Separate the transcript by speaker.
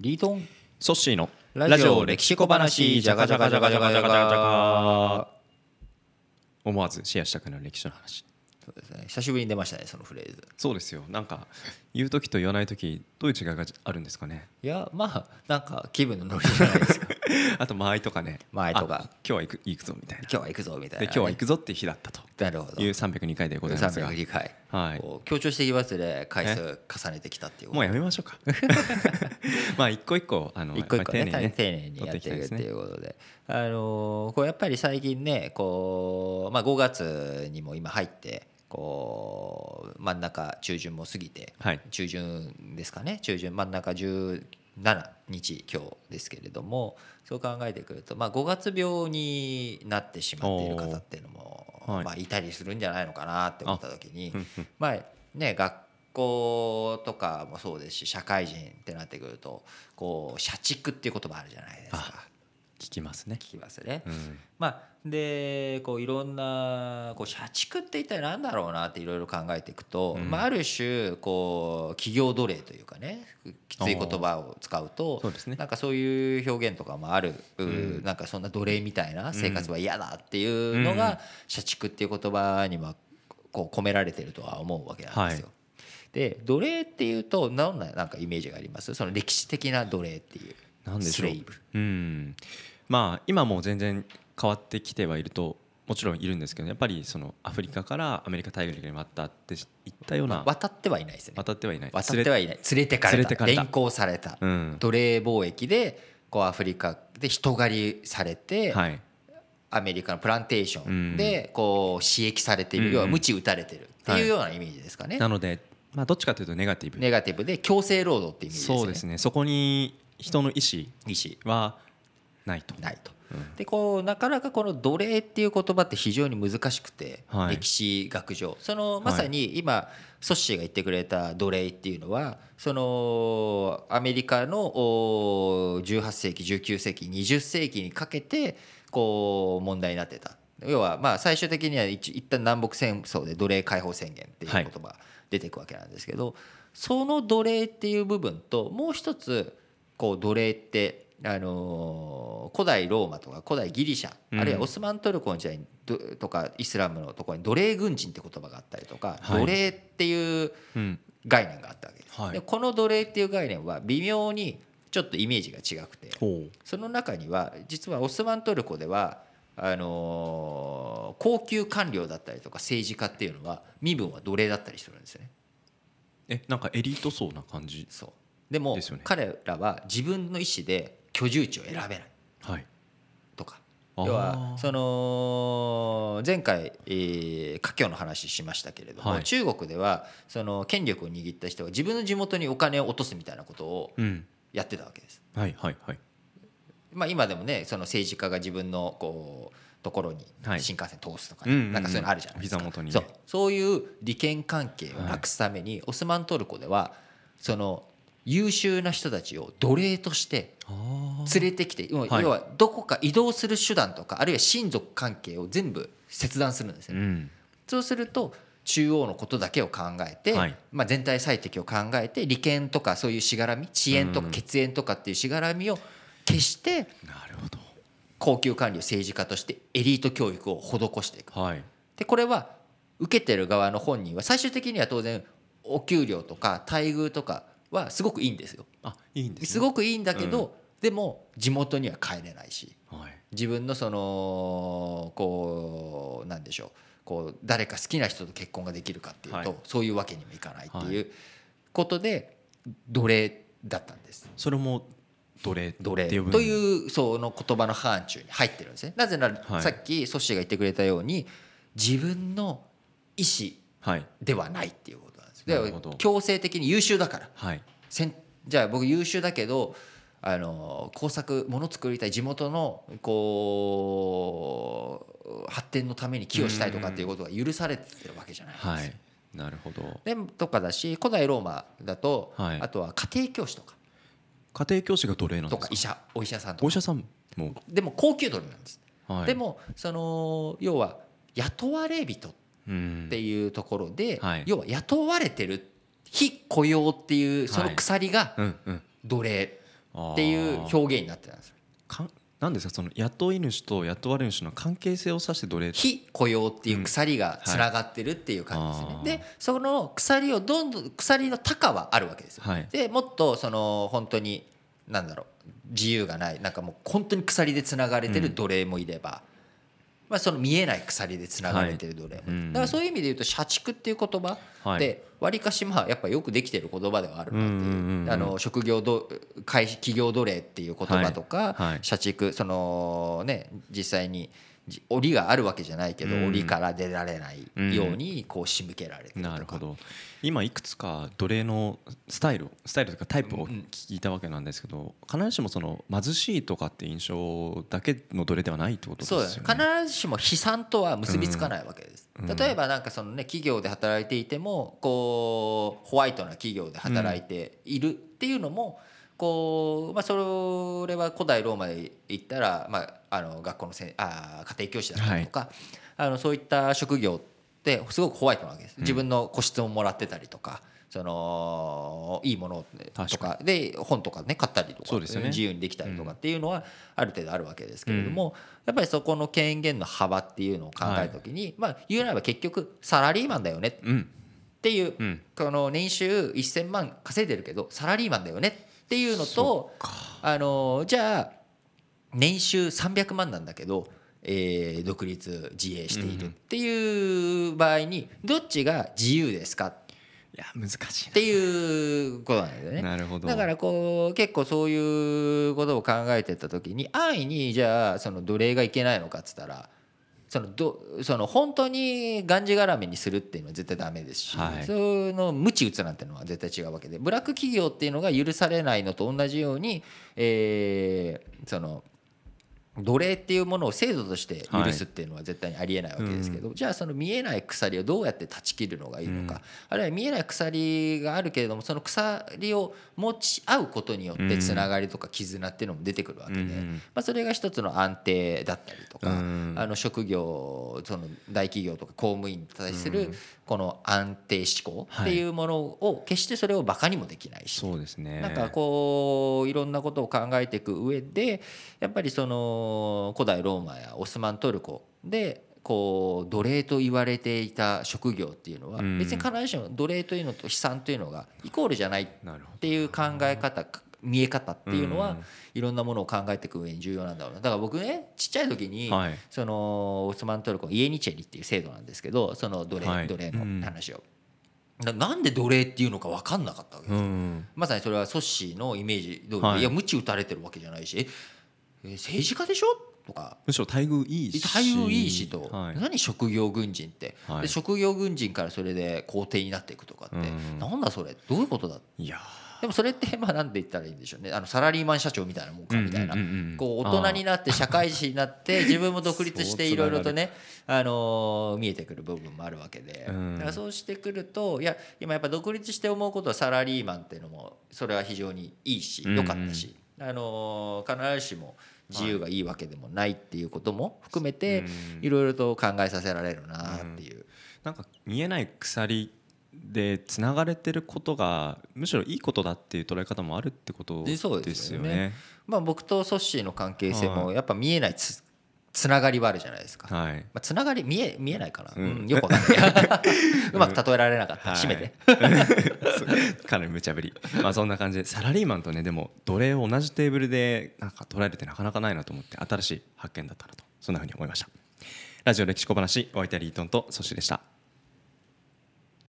Speaker 1: リートン
Speaker 2: ソッシーの
Speaker 1: ラジオ歴史小話じゃがじゃがじゃがじゃがじゃがじゃが
Speaker 2: 思わずシェアしたくなる歴史の話
Speaker 1: そうですね久しぶりに出ましたねそのフレーズ
Speaker 2: そうですよなんか言う時と言わない時どういう違いがあるんですかね
Speaker 1: いやまあなんか気分の乗りじゃない ですか
Speaker 2: あと間合いとかね
Speaker 1: 間合いとか
Speaker 2: あ今日は行く行くぞみたいな
Speaker 1: 今日は行くぞみたい
Speaker 2: で
Speaker 1: なね、
Speaker 2: 今日は行くぞっていう日だったと
Speaker 1: なるほど
Speaker 2: いう302回でございますが
Speaker 1: 302回、
Speaker 2: はい
Speaker 1: こう強調していきますね回数重ねてきたっていう
Speaker 2: もうやめましょうか まあ一個一個あの
Speaker 1: 一個一個ね
Speaker 2: やっぱり
Speaker 1: 丁寧にやってい
Speaker 2: 取
Speaker 1: く
Speaker 2: い
Speaker 1: って
Speaker 2: きたい
Speaker 1: い
Speaker 2: ですね
Speaker 1: うことで、あのーこうやっぱり最近ねこう、まあ、5月にも今入ってこう真ん中中旬も過ぎて、
Speaker 2: はい
Speaker 1: 中旬ですかね中旬真ん中17日今日ですけれどもそう考えてくると、まあ、5月病になってしまっている方っていうのも、
Speaker 2: おーはい
Speaker 1: まあ、いたりするんじゃないのかなって思った時に
Speaker 2: うんうん
Speaker 1: まあね学校とかもそうですし社会人ってなってくるとこう社畜っていう言葉あるじゃないですか
Speaker 2: あ聞きますね
Speaker 1: 聞きますね。
Speaker 2: うん
Speaker 1: まあ、でこういろんなこう社畜って一体何だろうなっていろいろ考えていくと、
Speaker 2: うん
Speaker 1: まあ、ある種こう企業奴隷というかねきつい言葉を使うと
Speaker 2: そうですね
Speaker 1: なんかそういう表現とかもある、う
Speaker 2: うん
Speaker 1: なんかそんな奴隷みたいな生活は嫌だっていうの
Speaker 2: うん
Speaker 1: が社畜っていう言葉にはこう込められてるとは思うわけなんですよ。
Speaker 2: は
Speaker 1: で奴隷っていうと何ななんかイメージがありますその歴史的な奴隷っていう
Speaker 2: なんでし
Speaker 1: ス
Speaker 2: ょう
Speaker 1: レイブ
Speaker 2: うん、まあ今も全然変わってきてはいるともちろんいるんですけどやっぱりそのアフリカからアメリカ大陸に渡っていったような
Speaker 1: 渡ってはいないですね。
Speaker 2: 渡ってはいない
Speaker 1: 渡ってはいない連れてか
Speaker 2: 連
Speaker 1: れ
Speaker 2: れて
Speaker 1: た
Speaker 2: かれた
Speaker 1: 連行された、
Speaker 2: うん
Speaker 1: 奴隷貿易でこうアフリカで人狩りされて、
Speaker 2: はい
Speaker 1: アメリカのプランテーションでこう刺激されている、
Speaker 2: うん
Speaker 1: 要は鞭打たれてるって
Speaker 2: はいいう
Speaker 1: ようなイメージですかね、
Speaker 2: なのでまあどっちかというとネガティブ
Speaker 1: ネガティブで強制労働っていうイメージですね
Speaker 2: そうですねそこに人の意思
Speaker 1: 意思
Speaker 2: はないと
Speaker 1: ないと。
Speaker 2: うん
Speaker 1: でこうなかなかこの奴隷っていう言葉って非常に難しくて、
Speaker 2: はい
Speaker 1: 歴史学上そのまさに今ソッシーが言ってくれた奴隷っていうのはそのアメリカのおー18世紀19世紀20世紀にかけてこう問題になってた要はまあ最終的には一一旦南北戦争で奴隷解放宣言っていう
Speaker 2: は
Speaker 1: 言
Speaker 2: い
Speaker 1: 葉出てくわけなんですけど、その奴隷っていう部分ともう一つこう奴隷って、あのー古代ローマとか古代ギリシャ、
Speaker 2: うん
Speaker 1: あるいはオスマントルコの時代にどとかイスラムのところに奴隷軍人って言葉があったりとか、
Speaker 2: はい
Speaker 1: 奴隷っていう
Speaker 2: うん
Speaker 1: 概念があったわけです、
Speaker 2: はい
Speaker 1: でこの奴隷っていう概念は微妙にちょっとイメージが違くて
Speaker 2: ほ
Speaker 1: その中には実はオスマントルコではあのー高級官僚だったりとか政治家っていうのは身分は奴隷だったりするんですよね。
Speaker 2: えなんかエリート層な感じ
Speaker 1: そうでも
Speaker 2: ですよね
Speaker 1: 彼らは自分の意思で居住地を選べない
Speaker 2: はい
Speaker 1: とか
Speaker 2: あー
Speaker 1: 要はその前回えー華僑、の話しましたけれども、
Speaker 2: はい
Speaker 1: 中国ではその権力を握った人は自分の地元にお金を落とすみたいなことを
Speaker 2: うん
Speaker 1: やってたわけです。
Speaker 2: はいはいはい
Speaker 1: まあ、今でもねその政治家が自分のこうところに
Speaker 2: はい
Speaker 1: 新幹線通すとかね、
Speaker 2: うんうんうん
Speaker 1: なんかそういうのあるじゃないですか
Speaker 2: お膝元にね
Speaker 1: そうそういう利権関係をなくすために、オスマントルコではその優秀な人たちを奴隷として
Speaker 2: あー
Speaker 1: 連れてきて要は
Speaker 2: はい
Speaker 1: 要はどこか移動する手段とかあるいは親族関係を全部切断するんです
Speaker 2: う
Speaker 1: よね。
Speaker 2: ん
Speaker 1: そうすると中央のことだけを考えて、
Speaker 2: はい
Speaker 1: まあ、全体最適を考えて利権とかそういうしがらみ遅延と
Speaker 2: う
Speaker 1: か
Speaker 2: ん
Speaker 1: 血縁とかっていうしがらみを消して
Speaker 2: なるほど
Speaker 1: 高級官僚政治家としてエリート教育を施していく。
Speaker 2: はい
Speaker 1: でこれは受けてる側の本人は最終的には当然お給料とか待遇とかはすごくいいんですよ。
Speaker 2: あいいんです、ね、
Speaker 1: すごくいいんだけど、でも地元には帰れないし。
Speaker 2: はい
Speaker 1: 自分のそのこうなんでしょうこう誰か好きな人と結婚ができるかっていうと、
Speaker 2: はい
Speaker 1: そういうわけにもいかないって
Speaker 2: は
Speaker 1: いうことで奴隷だったんです。
Speaker 2: それも奴隷
Speaker 1: 奴隷
Speaker 2: って呼ぶ
Speaker 1: というその言葉の範疇に入ってるんですね。なぜなら、
Speaker 2: はい
Speaker 1: さっきソッシーが言ってくれたように自分の意思
Speaker 2: はい
Speaker 1: ではないっていうことなんです。
Speaker 2: なるほど
Speaker 1: で強制的に優秀だから
Speaker 2: はい
Speaker 1: せんじゃあ僕優秀だけどあの工作もの作りたい地元のこう発展のために寄与したいとかっていうことが許されてるわけじゃないですか。
Speaker 2: はいなるほど
Speaker 1: でとかだし古代ローマだと、
Speaker 2: はい
Speaker 1: あとは家庭教師とか
Speaker 2: 家庭教師が奴隷なん
Speaker 1: と
Speaker 2: で
Speaker 1: か
Speaker 2: すか
Speaker 1: 医者お医者さんと
Speaker 2: お医
Speaker 1: か
Speaker 2: 者さんも、
Speaker 1: でも高給取りなんです、
Speaker 2: はい、
Speaker 1: でもその要は雇われ人っ
Speaker 2: うん
Speaker 1: ていうところで、
Speaker 2: はい
Speaker 1: 要は雇われてる非雇用っていうその鎖が
Speaker 2: うんうん
Speaker 1: 奴隷っていう
Speaker 2: あー
Speaker 1: 表現になってたんですよ
Speaker 2: かんなんですかその雇い主と雇われ主の関係性を指して奴隷
Speaker 1: 非雇用っていう鎖がつながってるっていう感じですね、
Speaker 2: うんはい
Speaker 1: でその鎖をどんどん鎖の高はあるわけですよ
Speaker 2: はい
Speaker 1: でもっとその本当になんだろう自由がないなんかもう本当に鎖でつながれて
Speaker 2: う
Speaker 1: る
Speaker 2: ん
Speaker 1: 奴隷もいれば、まあ、その見えない鎖でつながれてる奴隷も、
Speaker 2: うん
Speaker 1: だからそういう意味で言うと社畜っていう言葉
Speaker 2: はい
Speaker 1: でわりかしまあやっぱよくできてる言葉ではあるなって
Speaker 2: うんうんうんう
Speaker 1: い
Speaker 2: ん
Speaker 1: うあの職業ど会企業奴隷っていう言葉とか、
Speaker 2: はいはい
Speaker 1: 社畜そのね実際にじ檻があるわけじゃないけど、
Speaker 2: うん
Speaker 1: 檻から出られないようにこう仕向けられてるとか
Speaker 2: なるほど今いくつか奴隷のスタイルスタイルというかタイプを
Speaker 1: うんうん
Speaker 2: 聞いたわけなんですけど必ずしもその貧しいとかって印象だけの奴隷ではないってことです
Speaker 1: そう
Speaker 2: よ
Speaker 1: だ
Speaker 2: ね
Speaker 1: ね必ずしも悲惨とは結びつかないわけです、
Speaker 2: うん
Speaker 1: 例えばなんかそのね企業で働いていてもこうホワイトな企業で働いているっていうのもこうまあそれは古代ローマで行ったらまああの学校のせんあー家庭教師だったりとか、あのそういった職業ってすごくホワイトなわけです、
Speaker 2: うん
Speaker 1: 自分の個室ももらってたりとかそのいいものとかで本とかね買ったりとか
Speaker 2: そうですよね
Speaker 1: 自由にできたりとかっていうのはある程度あるわけですけれども、やっぱりそこの権限の幅っていうのを考えた時に、まあ言うならば結局サラリーマンだよねっ
Speaker 2: うん
Speaker 1: ていう、
Speaker 2: うん
Speaker 1: この年収1,000万稼いでるけどサラリーマンだよねっていうの
Speaker 2: そ
Speaker 1: とあのじゃあ年収300万なんだけど、えー独立自営しているっていう場合にどっちが自由ですかっ
Speaker 2: いや難しい
Speaker 1: ていうことなんだよね
Speaker 2: な。なるほど
Speaker 1: だからこう結構そういうことを考えてった時に安易にじゃあその奴隷がいけないのかっつったらそのどその本当にがんじがらめにするっていうのは絶対ダメですし、
Speaker 2: はい
Speaker 1: そういうのを無知打つなんてのは絶対違うわけでブラック企業っていうのが許されないのと同じように、えーその奴隷っていうものを制度として許すっていうのは絶対にありえないわけですけど、じゃあその見えない鎖をどうやって断ち切るのがいいのか、
Speaker 2: うん
Speaker 1: あるいは見えない鎖があるけれどもその鎖を持ち合うことによってつながりとか絆っていうのも出てくるわけで、
Speaker 2: うんうん
Speaker 1: まあ、それが一つの安定だったりとか、
Speaker 2: うん
Speaker 1: あの職業その大企業とか公務員に対するこの安定志向っていうものを決してそれをバカにもできないし、
Speaker 2: そうですね
Speaker 1: なんかこういろんなことを考えていく上でやっぱりその古代ローマやオスマントルコでこう奴隷と言われていた職業っていうのは
Speaker 2: うん
Speaker 1: 別に必ずしも奴隷というのと悲惨というのがイコールじゃないっ
Speaker 2: なるほど
Speaker 1: ていう考え方見え方っていうの
Speaker 2: う
Speaker 1: は
Speaker 2: ん
Speaker 1: いろんなものを考えていく上に重要なんだろうなだから僕ねちっちゃい時に
Speaker 2: はい
Speaker 1: そのオスマントルコのイエニチェリっていう制度なんですけどその奴
Speaker 2: は
Speaker 1: 隷
Speaker 2: い
Speaker 1: 奴隷
Speaker 2: うん
Speaker 1: の話をななんで奴隷っていうのか分かんなかったわけですよ
Speaker 2: うん
Speaker 1: まさにそれはソッシーのイメージ通りで、
Speaker 2: はい
Speaker 1: い、や無知打たれてるわけじゃないしええ政治家でしょとか
Speaker 2: むしろ待遇いいし
Speaker 1: 待遇いいしと、
Speaker 2: はい
Speaker 1: 何職業軍人って、
Speaker 2: はい
Speaker 1: で職業軍人からそれで皇帝になっていくとかって、
Speaker 2: うん
Speaker 1: なんだそれどういうことだ
Speaker 2: いや
Speaker 1: でもそれってまあなんて言ったらいいんでしょうねあのサラリーマン社長みたいなもんか
Speaker 2: ー
Speaker 1: みたいな。
Speaker 2: うんうんうんうん
Speaker 1: こう大人になって社会人にな って自分も独立していろいろとねあのー見えてくる部分もあるわけで
Speaker 2: うん
Speaker 1: だからそうしてくるといや今やっぱ独立して思うことはサラリーマンっていうのもそれは非常にいいし
Speaker 2: うん
Speaker 1: 良かったしあのー必ずしも自由がいいわけでもないっていうことも含めて
Speaker 2: うん
Speaker 1: いろいろと考えさせられるなっていう。
Speaker 2: なんか見えない鎖でつながれてることがむしろいいことだっていう捉え方もあるってこと
Speaker 1: で
Speaker 2: で
Speaker 1: そう
Speaker 2: すよね。
Speaker 1: まあ、僕とソッシーの関係性
Speaker 2: は
Speaker 1: もやっぱ見えないつつながりはあるじゃないですか。
Speaker 2: はい。
Speaker 1: まあ、つながり見え見えないかな、
Speaker 2: う
Speaker 1: うんんよくわかん ない うまく例えられなかった、
Speaker 2: はい
Speaker 1: 閉めて
Speaker 2: かなり無茶ぶり。まあそんな感じでサラリーマンとねでも奴隷を同じテーブルでなんか捉えるってなかなかないなと思って新しい発見だったなとそんなふうに思いました。ラジオ歴史小話お相手はリートンとソシでした。